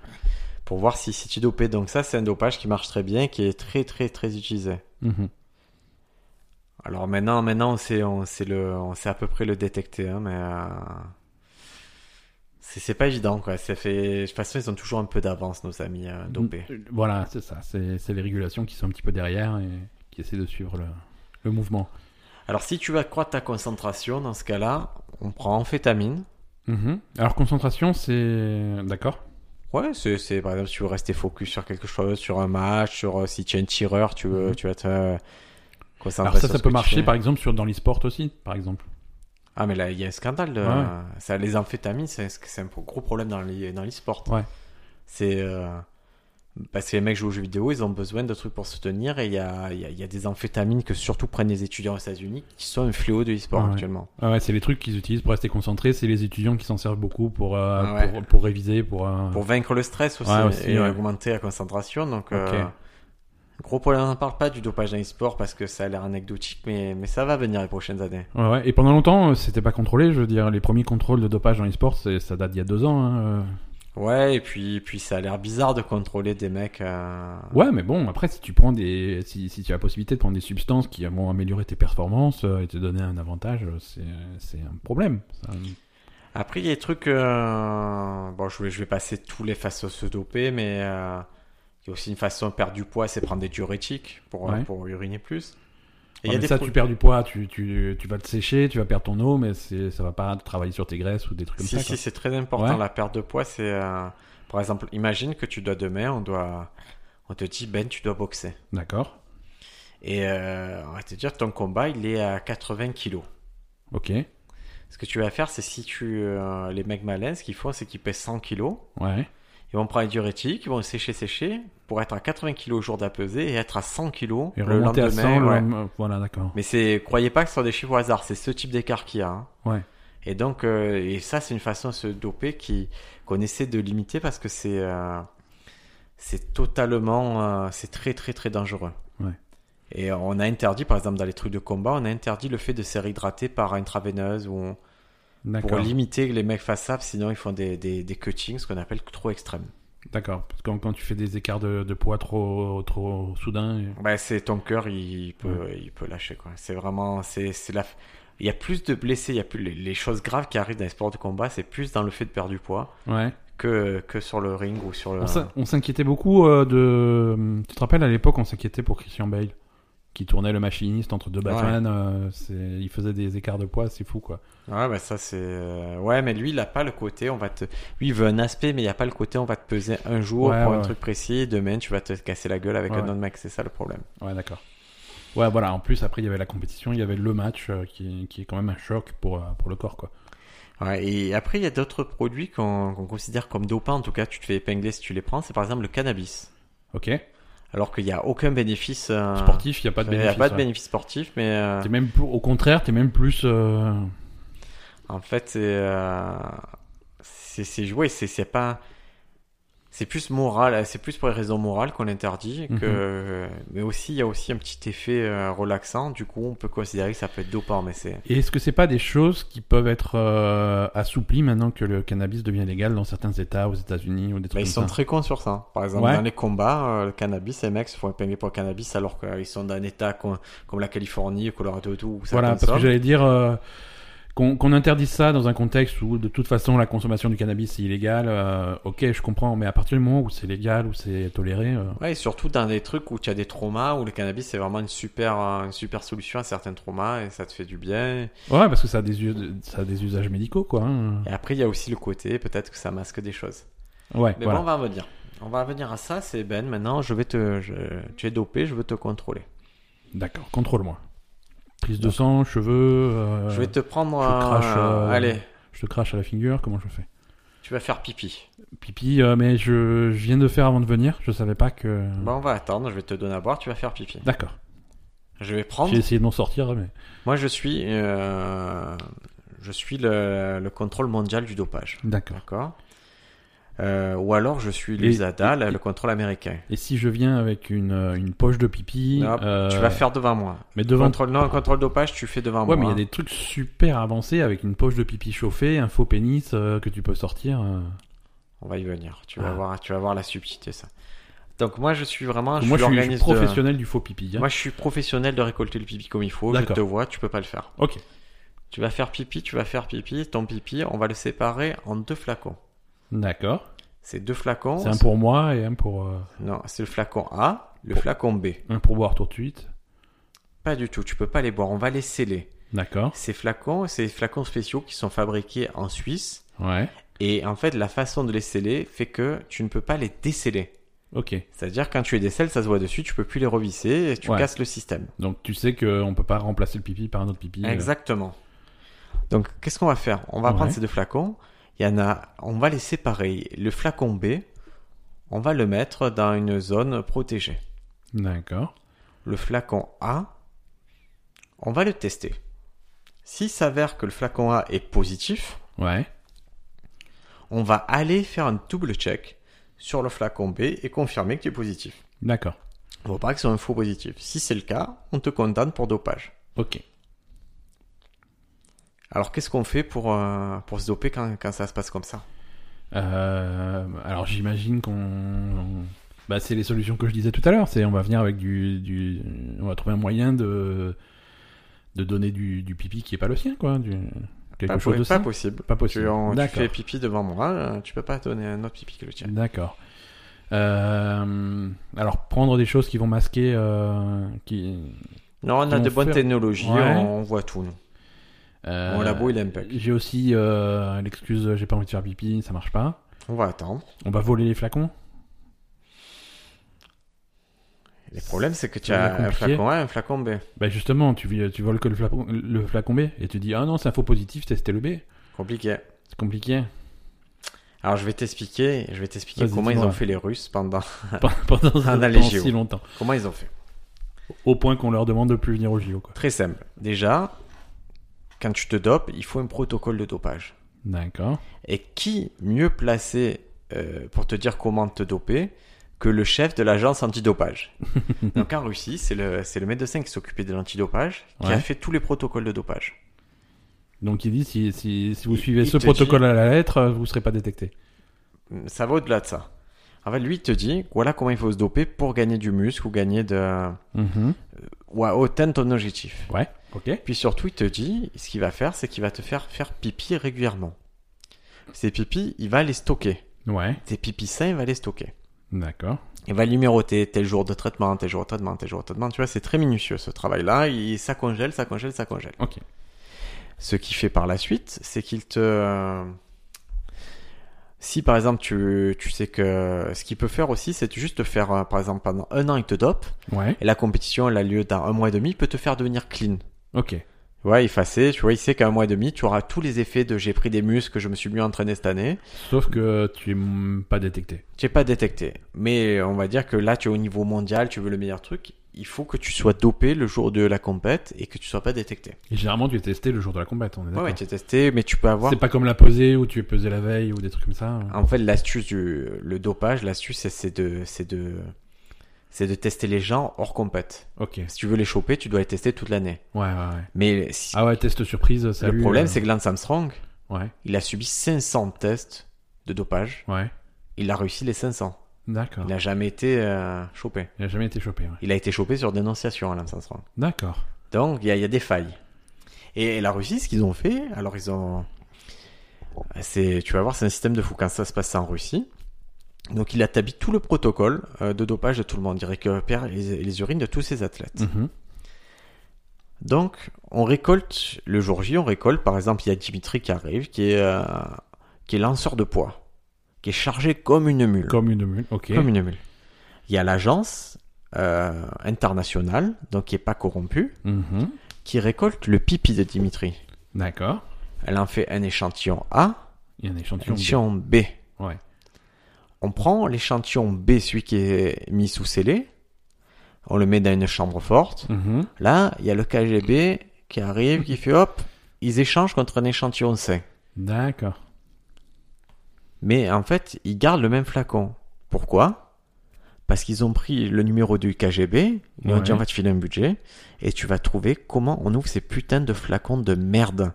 Speaker 2: pour voir si, si tu es dopé. Donc ça, c'est un dopage qui marche très bien, qui est très très très utilisé.
Speaker 1: Mhm.
Speaker 2: Alors maintenant, maintenant on sait, on sait le, on sait à peu près le détecter, hein, mais euh, c'est c'est pas évident quoi. Ça fait, de toute façon, ils ont toujours un peu d'avance nos amis euh,
Speaker 1: Mm.
Speaker 2: dopés.
Speaker 1: Voilà, c'est ça. C'est c'est les régulations qui sont un petit peu derrière et qui essaient de suivre le, le mouvement.
Speaker 2: Alors si tu veux accroître ta concentration, dans ce cas-là, on prend amphétamine.
Speaker 1: Mhm. Alors concentration, c'est d'accord.
Speaker 2: Ouais, c'est, c'est par exemple, si tu veux rester focus sur quelque chose, sur un match, sur euh, si tu es un tireur, tu veux,
Speaker 1: Mhm.
Speaker 2: tu vas te euh, concentrer
Speaker 1: Alors ça,
Speaker 2: sur
Speaker 1: ça
Speaker 2: ce
Speaker 1: peut
Speaker 2: que tu
Speaker 1: marcher
Speaker 2: fais. euh,
Speaker 1: par exemple sur dans l'e-sport aussi, par exemple.
Speaker 2: Ah, mais là, il y a un scandale. de-
Speaker 1: Ouais.
Speaker 2: Ça, les amphétamines, c'est, c'est un gros problème dans, les, dans l'e-sport.
Speaker 1: Ouais.
Speaker 2: C'est. euh, parce que les mecs jouent aux jeux vidéo, ils ont besoin de trucs pour se tenir et il y a, il y a- il y a des amphétamines que surtout prennent les étudiants aux États-Unis qui sont un fléau de l'e-sport
Speaker 1: Ah ouais.
Speaker 2: actuellement.
Speaker 1: Ah ouais, c'est les trucs qu'ils utilisent pour rester concentrés, c'est les étudiants qui s'en servent beaucoup pour, euh,
Speaker 2: Ah ouais.
Speaker 1: pour, pour réviser, pour... euh,
Speaker 2: Pour vaincre le stress aussi,
Speaker 1: Ouais, aussi,
Speaker 2: et
Speaker 1: ouais.
Speaker 2: augmenter la concentration. Donc, euh,
Speaker 1: Ok.
Speaker 2: gros problème, on n'en parle pas du dopage dans l'e-sport parce que ça a l'air anecdotique, mais, mais ça va venir les prochaines années.
Speaker 1: Ouais, ouais. Et pendant longtemps, euh, c'était pas contrôlé, je veux dire, les premiers contrôles de dopage dans les sports, c'est- ça date d'il y a deux ans. hein, euh.
Speaker 2: Ouais, et puis, puis ça a l'air bizarre de contrôler des mecs. euh,
Speaker 1: Ouais, mais bon, après, si tu prends des, si, si tu as la possibilité de prendre des substances qui vont améliorer tes performances euh, et te donner un avantage, euh, c'est, c'est un problème. ça.
Speaker 2: Après, il y a des trucs. euh, Bon, je vais, je vais passer tous les façons de se doper, mais euh, il y a aussi une façon de perdre du poids, c'est prendre des diurétiques pour, euh,
Speaker 1: Ouais.
Speaker 2: pour uriner plus.
Speaker 1: Ouais,
Speaker 2: Et il y a
Speaker 1: mais
Speaker 2: des
Speaker 1: ça,
Speaker 2: pro-
Speaker 1: tu perds du poids, tu, tu, tu vas te sécher, tu vas perdre ton eau, mais c'est, ça va pas travailler sur tes graisses ou des trucs comme
Speaker 2: Si,
Speaker 1: ça.
Speaker 2: si, c'est très important
Speaker 1: Ouais.
Speaker 2: la perte de poids. C'est euh, par exemple, imagine que tu dois demain, on doit, on te dit Ben, tu dois boxer.
Speaker 1: quoi. D'accord.
Speaker 2: Et euh, on va te dire ton combat, il est à 80 kilos.
Speaker 1: Ok. Ouais.
Speaker 2: Ce que tu vas faire, c'est si tu, euh, les mecs malins, ce qu'ils font, c'est qu'ils pèsent 100 kilos. Ils vont prendre les diurétiques, ils vont sécher, sécher, pour être à 80 kg au jour d'apeser et être à 100 kg
Speaker 1: Et
Speaker 2: le
Speaker 1: remonter
Speaker 2: lendemain.
Speaker 1: à 100, le
Speaker 2: ouais.
Speaker 1: lendemain- voilà, d'accord.
Speaker 2: Mais c'est, croyez pas que ce sont des chiffres au hasard, c'est ce type d'écart qu'il y a. hein.
Speaker 1: Ouais.
Speaker 2: Et donc, euh, et ça, c'est une façon de se doper qui, qu'on essaie de limiter parce que c'est, euh, c'est totalement, euh, c'est très, très, très dangereux.
Speaker 1: Ouais.
Speaker 2: Et on a interdit, par exemple, dans les trucs de combat, on a interdit le fait de se réhydrater par intraveineuse ou on- pour
Speaker 1: D'accord.
Speaker 2: limiter que les mecs fassent ça, sinon ils font des, des, des cuttings, ce qu'on appelle trop extrêmes.
Speaker 1: D'accord. Parce que quand, quand tu fais des écarts de, de poids trop, trop soudains. et-
Speaker 2: Bah, c'est ton cœur, il peut, il peut lâcher quoi. C'est vraiment, c'est, c'est la. Il y a plus de blessés, il y a plus les, les choses graves qui arrivent dans les sports de combat, c'est plus dans le fait de perdre du poids
Speaker 1: Ouais.
Speaker 2: que que sur le ring ou sur le.
Speaker 1: On s'in- On s'inquiétait beaucoup euh, de. Tu te rappelles à l'époque, on s'inquiétait pour Christian Bale, qui tournait le machiniste entre deux Batman. euh, c'est- il faisait des écarts de poids, c'est fou quoi.
Speaker 2: Ouais, bah ça c'est. euh, Ouais, mais lui, il a pas le côté. On va te. Lui, il veut un aspect, mais il y a pas le côté. On va te peser un jour
Speaker 1: Ouais,
Speaker 2: pour un
Speaker 1: ouais.
Speaker 2: truc précis. et Demain, tu vas te casser la gueule avec
Speaker 1: Ouais,
Speaker 2: un
Speaker 1: ouais.
Speaker 2: autre mec. C'est ça le problème.
Speaker 1: Ouais, d'accord. Ouais, voilà. En plus, après, il y avait la compétition, il y avait le match euh, qui, qui est quand même un choc pour, euh, pour le corps quoi.
Speaker 2: Ouais, et après, il y a d'autres produits qu'on qu'on considère comme dopants. En tout cas, tu te fais épingler si tu les prends. C'est par exemple le cannabis.
Speaker 1: Ok.
Speaker 2: Alors qu'il y a aucun bénéfice. euh,
Speaker 1: Sportif, il n'y a pas de
Speaker 2: Il n'y a
Speaker 1: bénéfice.
Speaker 2: pas de
Speaker 1: ouais.
Speaker 2: bénéfice sportif, mais euh,
Speaker 1: T'es même plus- au contraire, t'es même plus. euh,
Speaker 2: en fait, c'est euh, c'est- c'est joué, c'est c'est pas. C'est plus moral, c'est plus pour les raisons morales qu'on l'interdit, que...
Speaker 1: Mhm.
Speaker 2: mais aussi il y a aussi un petit effet euh, relaxant, du coup on peut considérer que ça peut être dopant, mais c'est...
Speaker 1: Et est-ce que c'est pas des choses qui peuvent être euh, assouplies maintenant que le cannabis devient légal dans certains États, aux États-Unis ou des
Speaker 2: Bah,
Speaker 1: trucs
Speaker 2: ils sont
Speaker 1: comme ça
Speaker 2: très cons sur ça. Par exemple,
Speaker 1: Ouais.
Speaker 2: dans les combats, euh, le cannabis, les mecs se font épingler pour le cannabis alors qu'ils sont dans un état com- comme la Californie, le Colorado, et tout, où ça
Speaker 1: Voilà, parce que
Speaker 2: consomme.
Speaker 1: j'allais dire euh, qu'on qu'on interdise ça dans un contexte où de toute façon la consommation du cannabis est illégale. euh, ok, je comprends, mais à partir du moment où c'est légal, où c'est toléré, euh,
Speaker 2: Ouais, et surtout dans des trucs où tu as des traumas, où le cannabis c'est vraiment une super, euh, une super solution à certains traumas et ça te fait du bien.
Speaker 1: ouais, parce que ça a des, us- ça a des usages médicaux, quoi. hein.
Speaker 2: Et après, il y a aussi le côté, peut-être que ça masque des choses.
Speaker 1: Ouais,
Speaker 2: Mais
Speaker 1: voilà.
Speaker 2: bon, on va en venir. On va revenir à ça, c'est Ben, maintenant je vais te. je- tu es dopé, je veux te contrôler.
Speaker 1: D'accord, contrôle-moi. Prise de sang, cheveux, euh,
Speaker 2: je vais te prendre.
Speaker 1: je
Speaker 2: un-
Speaker 1: crache, euh,
Speaker 2: Allez,
Speaker 1: je te crache à la figure, comment je fais
Speaker 2: tu vas faire pipi.
Speaker 1: Pipi, euh, mais je, je viens de faire avant de venir, je savais pas que.
Speaker 2: Bon, on va attendre, je vais te donner à boire, tu vas faire pipi.
Speaker 1: D'accord,
Speaker 2: Je vais prendre.
Speaker 1: j'ai essayé de m'en sortir, mais.
Speaker 2: Moi je suis. euh, je suis le, le contrôle mondial du dopage.
Speaker 1: D'accord.
Speaker 2: D'accord Euh, Ou alors je suis
Speaker 1: Et-
Speaker 2: l'USADA,
Speaker 1: et-
Speaker 2: le-
Speaker 1: et-
Speaker 2: le contrôle américain.
Speaker 1: Et si je viens avec une, euh, une poche de pipi,
Speaker 2: Hop,
Speaker 1: euh,
Speaker 2: Tu vas faire devant moi.
Speaker 1: mais devant
Speaker 2: Contrôle, non, contrôle dopage, tu fais devant
Speaker 1: Ouais, mais il y
Speaker 2: moi. hein.
Speaker 1: a des trucs super avancés avec une poche de pipi chauffée, un faux pénis euh, que tu peux sortir. euh.
Speaker 2: Ah, On va y venir. Tu vas,
Speaker 1: Ah.
Speaker 2: voir, tu vas voir la subtilité, ça. Donc, moi, je suis vraiment. Je
Speaker 1: moi,
Speaker 2: suis
Speaker 1: je suis, je suis
Speaker 2: l'organiste de-
Speaker 1: professionnel du faux pipi. hein.
Speaker 2: Moi, je suis professionnel de récolter le pipi comme il faut. Je
Speaker 1: D'accord.
Speaker 2: te vois, tu peux pas le faire.
Speaker 1: Ok,
Speaker 2: Tu vas faire pipi, tu vas faire pipi. Ton pipi, on va le séparer en deux flacons.
Speaker 1: d'accord.
Speaker 2: Ces deux flacons.
Speaker 1: C'est un pour moi et un pour, euh,
Speaker 2: Non, c'est le flacon A, le
Speaker 1: Pour-
Speaker 2: flacon B.
Speaker 1: un pour boire tout de suite.
Speaker 2: Pas du tout. Tu peux pas les boire. On va les sceller.
Speaker 1: D'accord,
Speaker 2: Ces flacons, c'est des flacons spéciaux qui sont fabriqués en Suisse.
Speaker 1: ouais,
Speaker 2: Et en fait, la façon de les sceller fait que tu ne peux pas les déceler.
Speaker 1: ok.
Speaker 2: C'est-à-dire, quand tu les décèles, ça se voit dessus, tu peux plus les revisser et tu
Speaker 1: Ouais.
Speaker 2: casses le système.
Speaker 1: Donc tu sais qu'on peut pas remplacer le pipi par un autre pipi. euh.
Speaker 2: Exactement. Donc, qu'est-ce qu'on va faire On va
Speaker 1: Ouais.
Speaker 2: prendre ces deux flacons. Il y en a, on va les séparer. Le flacon B, on va le mettre dans une zone protégée.
Speaker 1: D'accord.
Speaker 2: Le flacon A, on va le tester. S'il s'avère que le flacon A est positif,
Speaker 1: Ouais.
Speaker 2: on va aller faire un double check sur le flacon B et confirmer qu'il est positif.
Speaker 1: D'accord.
Speaker 2: On voit pas que c'est un faux positif. Si c'est le cas, on te condamne pour dopage.
Speaker 1: Ok.
Speaker 2: Alors qu'est-ce qu'on fait pour, euh, pour se doper quand, quand ça se passe comme ça
Speaker 1: Euh, alors j'imagine qu'on. Bah, c'est les solutions que je disais tout à l'heure. C'est on va venir avec du, du- on va trouver un moyen de de donner du, du pipi qui est pas le sien quoi. Du... Quelque
Speaker 2: Pas,
Speaker 1: chose de
Speaker 2: pas
Speaker 1: sain.
Speaker 2: possible.
Speaker 1: Pas
Speaker 2: Tu,
Speaker 1: possible.
Speaker 2: en- tu
Speaker 1: D'accord.
Speaker 2: fais pipi devant moi, euh, tu peux pas donner un autre pipi que le tien.
Speaker 1: D'accord. Euh, alors prendre des choses qui vont masquer, euh, qui.
Speaker 2: Non, on a
Speaker 1: Comment
Speaker 2: de bonnes
Speaker 1: faire
Speaker 2: technologies,
Speaker 1: Ouais.
Speaker 2: on, on voit tout. Nous.
Speaker 1: euh,
Speaker 2: Mon labo, il impec.
Speaker 1: J'ai aussi euh, l'excuse, j'ai pas envie de faire pipi, ça marche pas.
Speaker 2: On va attendre.
Speaker 1: On va voler les flacons.
Speaker 2: Le problème, c'est que tu
Speaker 1: Ça
Speaker 2: as
Speaker 1: devient
Speaker 2: un
Speaker 1: compliqué.
Speaker 2: flacon A et un flacon B.
Speaker 1: Bah justement, tu, vis- tu voles que le flacon, le flacon B et tu dis ah non c'est un faux positif, testez le B.
Speaker 2: Compliqué.
Speaker 1: C'est compliqué. hein.
Speaker 2: Alors, je vais t'expliquer, je vais t'expliquer
Speaker 1: Vas-y,
Speaker 2: comment ils
Speaker 1: dis-moi.
Speaker 2: ont fait les Russes pendant,
Speaker 1: pendant, pendant
Speaker 2: allait
Speaker 1: si
Speaker 2: JO.
Speaker 1: longtemps.
Speaker 2: comment ils ont fait.
Speaker 1: Au point qu'on leur demande de plus venir au JO. Quoi.
Speaker 2: Très simple. Déjà, quand tu te dopes, il faut un protocole de dopage.
Speaker 1: D'accord.
Speaker 2: Et qui mieux placé euh, pour te dire comment te doper que le chef de l'agence antidopage Donc en Russie, c'est le, c'est le médecin qui s'occupait de l'antidopage qui a
Speaker 1: Ouais.
Speaker 2: fait tous les protocoles de dopage.
Speaker 1: Donc il dit si, si, si vous
Speaker 2: Il-
Speaker 1: suivez
Speaker 2: il
Speaker 1: ce
Speaker 2: te
Speaker 1: protocole à la lettre, euh, vous serez pas détecté.
Speaker 2: Euh, Ça va au-delà de ça. En fait, lui, il te dit voilà comment il faut se doper pour gagner du muscle ou gagner de. Mm-hmm.
Speaker 1: Mhm.
Speaker 2: ou à atteindre ton objectif.
Speaker 1: Ouais. Ok.
Speaker 2: Puis surtout, il te dit ce qu'il va faire, c'est qu'il va te faire faire pipi régulièrement. Ces pipis, il va les stocker.
Speaker 1: Ouais.
Speaker 2: Tes pipis sains, il va les stocker.
Speaker 1: D'accord.
Speaker 2: Il va numéroter tel jour de traitement, tel jour de traitement, tel jour de traitement. Tu vois, c'est très minutieux ce travail-là. Il, ça congèle, ça congèle, ça congèle.
Speaker 1: Ok.
Speaker 2: Ce qu'il fait par la suite, c'est qu'il te. Si par exemple tu, tu sais que ce qu'il peut faire aussi, c'est juste te faire, euh, par exemple, pendant un an, il te dope,
Speaker 1: Ouais.
Speaker 2: et la compétition, elle a lieu dans un mois et demi, il peut te faire devenir clean.
Speaker 1: Ok.
Speaker 2: Ouais, effacé, tu vois, il sait qu'à un mois et demi, tu auras tous les effets de j'ai pris des muscles, je me suis mieux entraîné cette année.
Speaker 1: Sauf que tu es mm, pas détecté.
Speaker 2: Tu n'es pas détecté. Mais on va dire que là, tu es au niveau mondial, tu veux le meilleur truc. Il faut que tu sois dopé le jour de la compète et que tu sois pas détecté.
Speaker 1: Et généralement tu es testé le jour de la combatte. On est
Speaker 2: Ouais,
Speaker 1: d'accord.
Speaker 2: ouais, tu es testé, mais tu peux avoir.
Speaker 1: c'est pas comme la pesée où tu es pesé la veille ou des trucs comme ça. hein.
Speaker 2: En fait, l'astuce du le dopage, l'astuce, c'est- c'est de, c'est de, c'est de tester les gens hors compète.
Speaker 1: Ok. Ouais,
Speaker 2: Si tu veux les choper, tu dois les tester toute l'année.
Speaker 1: ouais, ouais.
Speaker 2: Mais si-
Speaker 1: Ah ouais, test surprise. Salut,
Speaker 2: le problème,
Speaker 1: euh,
Speaker 2: c'est que Lance Armstrong,
Speaker 1: Ouais.
Speaker 2: il a subi 500 tests de dopage.
Speaker 1: Ouais.
Speaker 2: Il a réussi les 500.
Speaker 1: D'accord.
Speaker 2: Il n'a jamais été euh, chopé.
Speaker 1: Il a jamais été chopé. Ouais.
Speaker 2: Il a été chopé sur dénonciation, Alain Sanson.
Speaker 1: D'accord.
Speaker 2: Donc, il y, a- il y a des failles. Et la Russie, ce qu'ils ont fait, alors ils ont. c'est Tu vas voir, c'est un système de fou quand ça se passe en Russie. Donc, il a tabi tout le protocole euh, de dopage de tout le monde. Il récupère les, les urines de tous ses athlètes.
Speaker 1: Mhm.
Speaker 2: Donc, on récolte, le jour J, on récolte, par exemple, il y a Dimitri qui arrive, qui est, euh, qui est lanceur de poids, qui est chargé comme une mule.
Speaker 1: Comme une mule. Ok.
Speaker 2: Comme une mule. Il y a l'agence euh, internationale, donc qui n'est pas corrompue,
Speaker 1: Mhm.
Speaker 2: qui récolte le pipi de Dimitri.
Speaker 1: D'accord.
Speaker 2: Elle en fait un échantillon A,
Speaker 1: Il y a un
Speaker 2: un
Speaker 1: échantillon. de-
Speaker 2: échantillon B.
Speaker 1: Ouais.
Speaker 2: On prend l'échantillon B, celui qui est mis sous scellé, on le met dans une chambre forte.
Speaker 1: Mhm.
Speaker 2: Là, il y a le KGB qui arrive, qui fait hop, ils échangent contre un échantillon C.
Speaker 1: D'accord.
Speaker 2: Mais en fait, ils gardent le même flacon. Pourquoi Parce qu'ils ont pris le numéro du KGB, ils ont
Speaker 1: Ouais.
Speaker 2: dit on va te filer un budget, et tu vas trouver comment on ouvre ces putains de flacons de merde.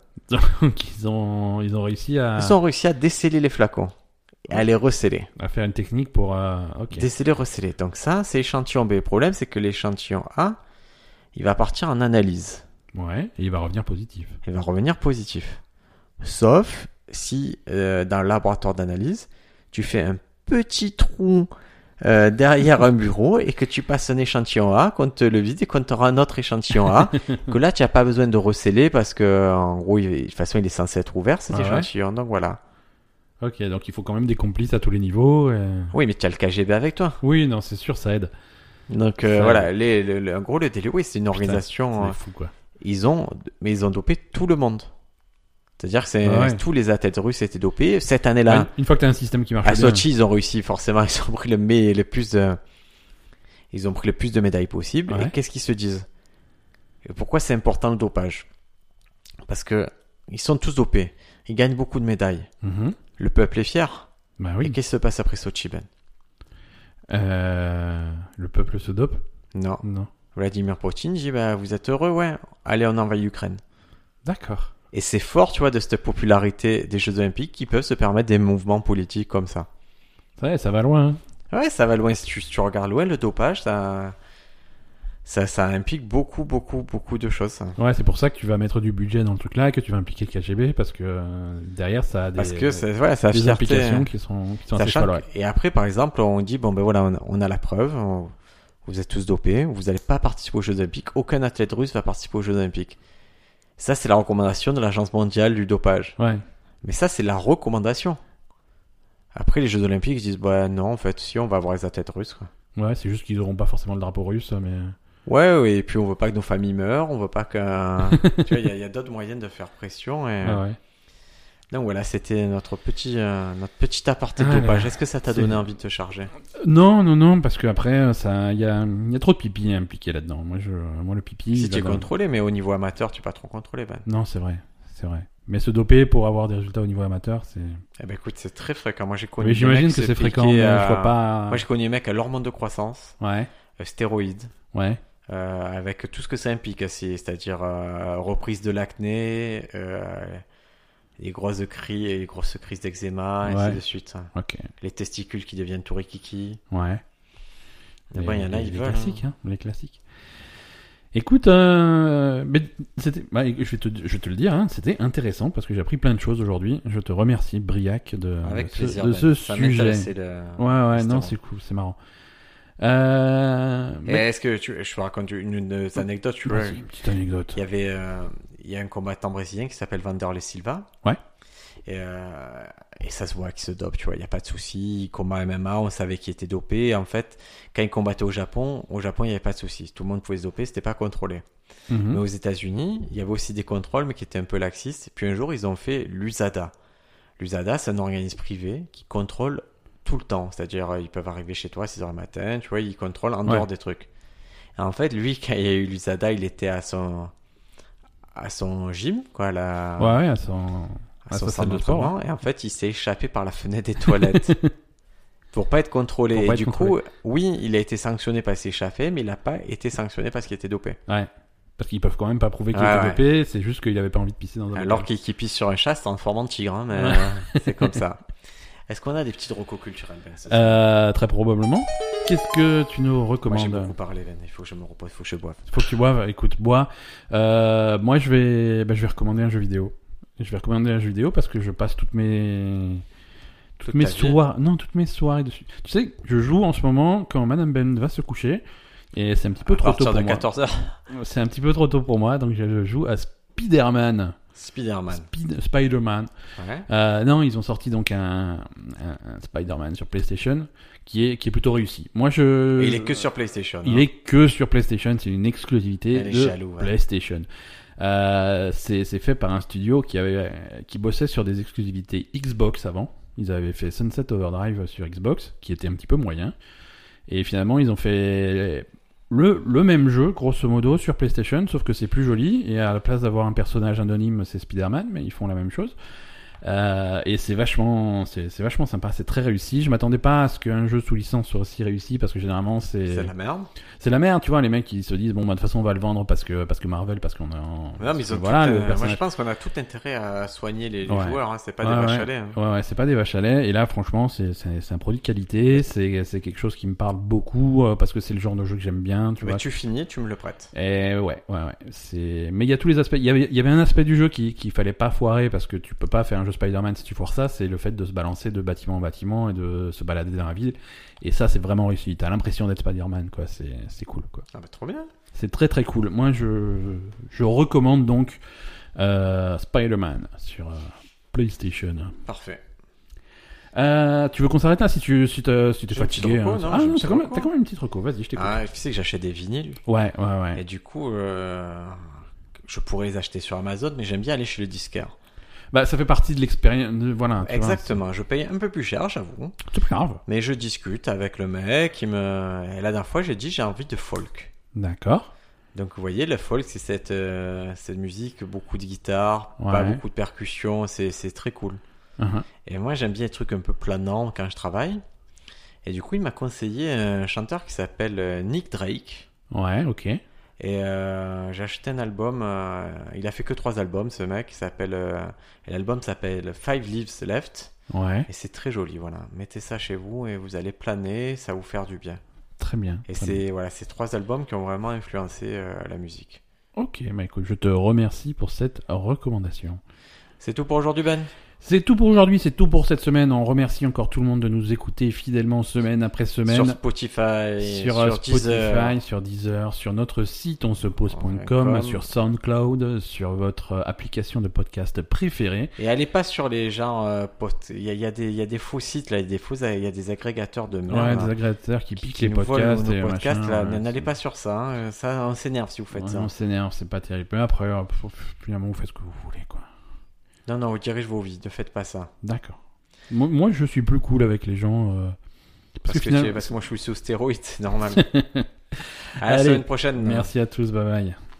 Speaker 1: Donc ils ont, ils ont réussi à,
Speaker 2: Ils ont réussi à déceler les flacons, et à les receller.
Speaker 1: à faire une technique pour... euh, ok.
Speaker 2: Déceler, receller. Donc ça, c'est échantillon B. Le problème, c'est que l'échantillon A, il va partir en analyse.
Speaker 1: Ouais, et il va revenir positif.
Speaker 2: Il va revenir positif. Sauf si, euh, dans le laboratoire d'analyse, tu fais un petit trou euh, derrière un bureau et que tu passes un échantillon A, qu'on te le vide et qu'on te rend un autre échantillon A, que là, tu n'as pas besoin de receller parce que, en gros, il- de toute façon, il est censé être ouvert, cet
Speaker 1: Ah ouais.
Speaker 2: échantillon. Donc voilà.
Speaker 1: Ok, donc il faut quand même des complices à tous les niveaux. euh.
Speaker 2: Oui, mais tu as le KGB avec toi.
Speaker 1: Oui, non, c'est sûr, ça aide.
Speaker 2: Donc euh,
Speaker 1: Ça-
Speaker 2: voilà, les, le- le- en gros, le délire, oui, c'est une
Speaker 1: C'est
Speaker 2: organisation. euh,
Speaker 1: fou, quoi.
Speaker 2: ils ont, mais ils ont dopé tout le monde. C'est-à-dire que c'est-
Speaker 1: Ah ouais.
Speaker 2: tous les athlètes russes étaient dopés. Cette année-là,
Speaker 1: Ouais, Bah, Une fois que t'as un système qui marche
Speaker 2: à
Speaker 1: bien.
Speaker 2: Sochi, ils ont réussi forcément. Ils ont pris le, mais- le plus de, ils ont pris le plus de médailles possible.
Speaker 1: Ouais.
Speaker 2: Et qu'est-ce qu'ils se disent Et Pourquoi c'est important le dopage Parce que ils sont tous dopés. Ils gagnent beaucoup de médailles.
Speaker 1: Mhm.
Speaker 2: Le peuple est fier.
Speaker 1: Bah
Speaker 2: Et
Speaker 1: oui.
Speaker 2: qu'est-ce qui se passe après Sochi, Ben
Speaker 1: Euh, le peuple se dope
Speaker 2: Non.
Speaker 1: Non.
Speaker 2: Vladimir Poutine dit bah, vous êtes heureux, ouais. Allez, on envahit l'Ukraine.
Speaker 1: D'accord.
Speaker 2: Et c'est fort, tu vois, de cette popularité des Jeux Olympiques qui peuvent se permettre des mouvements politiques comme ça.
Speaker 1: Ouais, ça va loin. hein.
Speaker 2: Ouais, ça va loin. Si tu, si tu regardes loin, le dopage, ça, ça, ça implique beaucoup, beaucoup, beaucoup de choses. ça.
Speaker 1: Ouais, c'est pour ça que tu vas mettre du budget dans le truc là, que tu vas impliquer le KGB, parce que euh, derrière ça a des, euh,
Speaker 2: Parce que c'est- voilà, ça a
Speaker 1: des
Speaker 2: fierté. hein.
Speaker 1: implications qui sont, qui sont assez
Speaker 2: Sachant
Speaker 1: folles. ouais.
Speaker 2: que- Et après, par exemple, on dit bon, ben voilà, on a, on a la preuve. on- vous êtes tous dopés. Vous n'allez pas participer aux Jeux Olympiques. Aucun athlète russe va participer aux Jeux Olympiques. Ça, c'est la recommandation de l'Agence mondiale du dopage.
Speaker 1: Ouais.
Speaker 2: Mais ça, c'est la recommandation. Après, les Jeux Olympiques, ils disent bah non, en fait, si, on va avoir les athlètes russes. quoi.
Speaker 1: Ouais, c'est juste qu'ils n'auront pas forcément le drapeau russe, mais.
Speaker 2: Ouais, ouais, et puis on veut pas que nos familles meurent, on veut pas que. tu vois, il y a- il y a, d'autres moyens de faire pression. Et...
Speaker 1: Ah ouais.
Speaker 2: Donc voilà, c'était notre petit, euh, notre petit aparté
Speaker 1: Ah là,
Speaker 2: dopage. Est-ce que ça t'a
Speaker 1: c'est-
Speaker 2: donné envie de te charger
Speaker 1: Non, non, non, parce que après, euh, ça, il y a, il y a trop de pipi impliqué là-dedans. Moi, je, moi, le pipi. il
Speaker 2: Si
Speaker 1: va
Speaker 2: tu es
Speaker 1: dans-
Speaker 2: contrôlé, mais au niveau amateur, tu pas trop contrôlé, Ben.
Speaker 1: Non, c'est vrai, c'est vrai. Mais se doper pour avoir des résultats au niveau amateur, c'est.
Speaker 2: Eh ben écoute, c'est très fréquent. Moi j'ai connu.
Speaker 1: Mais
Speaker 2: des mecs
Speaker 1: j'imagine que
Speaker 2: qui
Speaker 1: c'est
Speaker 2: s'appliquaient
Speaker 1: fréquent. mais
Speaker 2: à-
Speaker 1: Je vois pas.
Speaker 2: Moi j'ai connu des mecs à l'hormone de croissance,
Speaker 1: Ouais,
Speaker 2: euh, stéroïdes,
Speaker 1: ouais.
Speaker 2: euh, avec tout ce que ça implique aussi, c'est-à-dire euh, reprise de l'acné, euh, les grosses cris et les grosses crises d'eczéma, et
Speaker 1: Ouais.
Speaker 2: ainsi de suite.
Speaker 1: Ok.
Speaker 2: Les testicules qui deviennent tout rikiki.
Speaker 1: Ouais.
Speaker 2: Mais bon, il y en a,
Speaker 1: les-
Speaker 2: ils
Speaker 1: les
Speaker 2: veulent, hein.
Speaker 1: classiques, hein, les classiques. Écoute, euh, mais c'était, bah, je, vais te, je vais te le dire, hein, c'était intéressant parce que j'ai appris plein de choses aujourd'hui. Je te remercie, Briac, de,
Speaker 2: Avec
Speaker 1: de ce-
Speaker 2: plaisir.
Speaker 1: Euh, de
Speaker 2: Ben.
Speaker 1: ce
Speaker 2: Ça
Speaker 1: sujet.
Speaker 2: m'intéressait de-
Speaker 1: Ouais, ouais,
Speaker 2: Justement.
Speaker 1: non, c'est cool, c'est marrant. Euh,
Speaker 2: Et
Speaker 1: mais-
Speaker 2: Est-ce que tu, je te raconte une, une anecdote tu vois.
Speaker 1: Vas-y, petite anecdote.
Speaker 2: Il y avait euh, il y a un combattant brésilien qui s'appelle Vanderlei Silva.
Speaker 1: Ouais.
Speaker 2: Et, euh, et ça se voit qu'il se dope, tu vois, il n'y a pas de souci. Il combat MMA, on savait qu'il était dopé. Et En fait, quand il combattait au Japon, au Japon, il n'y avait pas de souci. Tout le monde pouvait se doper, c'était pas contrôlé.
Speaker 1: Mhm.
Speaker 2: Mais aux États-Unis, il y avait aussi des contrôles, mais qui étaient un peu laxistes. Puis un jour, ils ont fait l'USADA. L'USADA, c'est un organisme privé qui contrôle tout le temps. C'est-à-dire, euh, ils peuvent arriver chez toi à 6h le matin, tu vois, ils contrôlent en
Speaker 1: Ouais.
Speaker 2: dehors des trucs. Et en fait, lui, quand il y a eu l'USADA, il était à son, à son gym, quoi, à la-
Speaker 1: Ouais, ouais, elles sont-
Speaker 2: à
Speaker 1: à
Speaker 2: son
Speaker 1: sa
Speaker 2: centre
Speaker 1: salle de
Speaker 2: d'entraînement. Et en fait, il s'est échappé par la fenêtre des toilettes. Pour pas être contrôlé.
Speaker 1: Pour pas
Speaker 2: et
Speaker 1: être
Speaker 2: du
Speaker 1: contrôlé.
Speaker 2: coup, oui, il a été sanctionné parce qu'il s'est échappé, mais il n'a pas été sanctionné parce qu'il était dopé.
Speaker 1: ouais. Parce qu'ils peuvent quand même pas prouver qu'il
Speaker 2: Ouais,
Speaker 1: était
Speaker 2: ouais.
Speaker 1: dopé, c'est juste qu'il avait pas envie de pisser dans un
Speaker 2: Alors
Speaker 1: bouteille.
Speaker 2: qu'il qu'il pisse sur un chat, c'est en forme de tigre, hein, mais
Speaker 1: Ouais.
Speaker 2: euh, c'est comme ça. Est-ce qu'on a des petites recos culturelles, Ben ce soir
Speaker 1: Euh, très probablement. Qu'est-ce que tu nous
Speaker 2: Moi, j'ai
Speaker 1: recommandes
Speaker 2: beaucoup parlé, Ben. Il faut que je me repose, il faut que je boive.
Speaker 1: Faut que tu boives, écoute, bois. Euh, moi, je vais, bah, je vais recommander un jeu vidéo. Je vais recommander un jeu vidéo parce que je passe toutes mes, toutes
Speaker 2: Toute
Speaker 1: mes
Speaker 2: ta vie.
Speaker 1: soirées, non, toutes mes soirées dessus. Tu sais, je joue en ce moment quand Madame Ben va se coucher et c'est un petit peu
Speaker 2: à
Speaker 1: trop tôt
Speaker 2: partir
Speaker 1: pour
Speaker 2: de
Speaker 1: moi.
Speaker 2: 14h,
Speaker 1: C'est un petit peu trop tôt pour moi, donc je joue à Spider-Man,
Speaker 2: Spider-Man.
Speaker 1: Speed- Spider-Man.
Speaker 2: Ouais.
Speaker 1: Euh, non, ils ont sorti donc un, un- un Spider-Man sur PlayStation qui est qui est plutôt réussi. Moi, je
Speaker 2: Et il est que sur PlayStation.
Speaker 1: Euh, il
Speaker 2: hein.
Speaker 1: est que sur PlayStation, c'est une exclusivité
Speaker 2: Elle est
Speaker 1: de
Speaker 2: jaloux, ouais.
Speaker 1: PlayStation. Euh, c'est c'est fait par un studio qui, avait, qui bossait sur des exclusivités Xbox avant. Ils avaient fait Sunset Overdrive sur Xbox, qui était un petit peu moyen. Et finalement, ils ont fait le, le même jeu, grosso modo, sur PlayStation, sauf que c'est plus joli. Et à la place d'avoir un personnage anonyme, c'est Spider-Man, mais ils font la même chose. Euh, et c'est vachement, c'est c'est vachement sympa, c'est très réussi. Je m'attendais pas à ce qu'un jeu sous licence soit aussi réussi parce que généralement c'est
Speaker 2: C'est la merde.
Speaker 1: c'est la merde, tu vois, les mecs qui se disent bon bah de toute façon on va le vendre parce que parce que Marvel parce qu'on a en...
Speaker 2: Non, mais ils ont
Speaker 1: voilà
Speaker 2: tout,
Speaker 1: le
Speaker 2: euh, moi, je
Speaker 1: personnage.
Speaker 2: pense qu'on a tout intérêt à soigner les, les
Speaker 1: Ouais.
Speaker 2: joueurs. hein, C'est pas
Speaker 1: Ouais,
Speaker 2: des
Speaker 1: ouais.
Speaker 2: vaches à lait, hein.
Speaker 1: Ouais ouais, c'est pas des vaches à lait et là franchement c'est c'est c'est un produit de qualité, c'est c'est quelque chose qui me parle beaucoup euh, parce que c'est le genre de jeu que j'aime bien, tu
Speaker 2: Mais
Speaker 1: vois.
Speaker 2: tu finis, tu me le prêtes.
Speaker 1: Et ouais, ouais, ouais. C'est... Mais il y a tous les aspects. Il y avait, il y avait un aspect du jeu qui- qu'il fallait pas foirer parce que tu peux pas faire un jeu Spider-Man si tu foires ça. C'est le fait de se balancer de bâtiment en bâtiment et de se balader dans la ville. Et ça, c'est vraiment réussi. T'as l'impression d'être Spider-Man, quoi. C'est, c'est cool, quoi.
Speaker 2: Ah bah trop bien.
Speaker 1: C'est très très cool. Moi, je, je recommande donc euh, Spider-Man sur euh, PlayStation.
Speaker 2: Parfait.
Speaker 1: Euh, tu veux qu'on s'arrête là si tu si t'es, si t'es
Speaker 2: J'ai une
Speaker 1: fatigué
Speaker 2: petite reco,
Speaker 1: hein.
Speaker 2: non,
Speaker 1: Ah
Speaker 2: j'ai une
Speaker 1: non,
Speaker 2: petite
Speaker 1: t'as quand, même,
Speaker 2: reco.
Speaker 1: t'as quand même une petite reco. Vas-y, je t'écoute.
Speaker 2: Ah, tu sais que j'achète des vinyles.
Speaker 1: Ouais, ouais, ouais.
Speaker 2: Et du coup, euh, je pourrais les acheter sur Amazon, mais j'aime bien aller chez le disquaire.
Speaker 1: Bah, ça fait partie de l'expérience. de- Voilà. tu vois,
Speaker 2: Exactement, je paye un peu plus cher, j'avoue.
Speaker 1: c'est- C'est pas grave.
Speaker 2: Mais je discute avec le mec, il me... Et la dernière fois, j'ai dit j'ai envie de folk.
Speaker 1: D'accord.
Speaker 2: Donc vous voyez, le folk, c'est cette, euh, cette musique, beaucoup de guitare, pas
Speaker 1: Ouais.
Speaker 2: beaucoup de percussions, c'est c'est très cool.
Speaker 1: Uhum.
Speaker 2: Et moi, j'aime bien les trucs un peu planants quand je travaille. Et du coup, il m'a conseillé un chanteur qui s'appelle euh, Nick Drake.
Speaker 1: Ouais, ok.
Speaker 2: Et euh, j'ai acheté un album. euh, il a fait que trois albums, ce mec. Il s'appelle. euh, et L'album s'appelle Five Leaves Left.
Speaker 1: Ouais,
Speaker 2: Et c'est très joli, voilà. Mettez ça chez vous et vous allez planer. Ça va vous faire du bien.
Speaker 1: très bien.
Speaker 2: Et
Speaker 1: très bien.
Speaker 2: c'est voilà, ces trois albums qui ont vraiment influencé euh, la musique.
Speaker 1: Ok, bah écoute, je te remercie pour cette recommandation.
Speaker 2: C'est tout pour aujourd'hui, Ben.
Speaker 1: C'est tout pour aujourd'hui, c'est tout pour cette semaine. On remercie encore tout le monde de nous écouter fidèlement semaine après
Speaker 2: Sur
Speaker 1: semaine.
Speaker 2: Spotify,
Speaker 1: Sur, euh, Spotify,
Speaker 2: Deezer.
Speaker 1: sur Deezer, sur notre site
Speaker 2: Ouais,
Speaker 1: onsepose.com,
Speaker 2: comme.
Speaker 1: sur SoundCloud, sur votre euh, application de podcast préférée.
Speaker 2: Et allez pas sur les gens. euh, post- Il y, a, il y a des- il y a des faux sites, là, il y a des faux, il y a des agrégateurs de merde.
Speaker 1: Ouais,
Speaker 2: là.
Speaker 1: des agrégateurs qui
Speaker 2: qui-
Speaker 1: piquent
Speaker 2: qui
Speaker 1: les
Speaker 2: nous volent
Speaker 1: podcasts.
Speaker 2: nos
Speaker 1: et
Speaker 2: podcasts,
Speaker 1: machin,
Speaker 2: là,
Speaker 1: ouais,
Speaker 2: n'allez
Speaker 1: c'est-
Speaker 2: pas hein. sur ça, hein. ça on s'énerve si vous faites
Speaker 1: Ouais,
Speaker 2: ça.
Speaker 1: on s'énerve, c'est pas terrible. Mais après, euh, pff, pff, finalement, vous faites ce que vous voulez, quoi.
Speaker 2: Non, non, on dirige vos vies, ne faites pas ça.
Speaker 1: D'accord. Moi, moi, je suis plus cool avec les gens. euh,
Speaker 2: Parce,
Speaker 1: que
Speaker 2: que,
Speaker 1: finalement-
Speaker 2: tu- parce que moi je suis sous stéroïdes, c'est normal. à la
Speaker 1: Allez,
Speaker 2: semaine prochaine.
Speaker 1: Merci à tous, bye bye.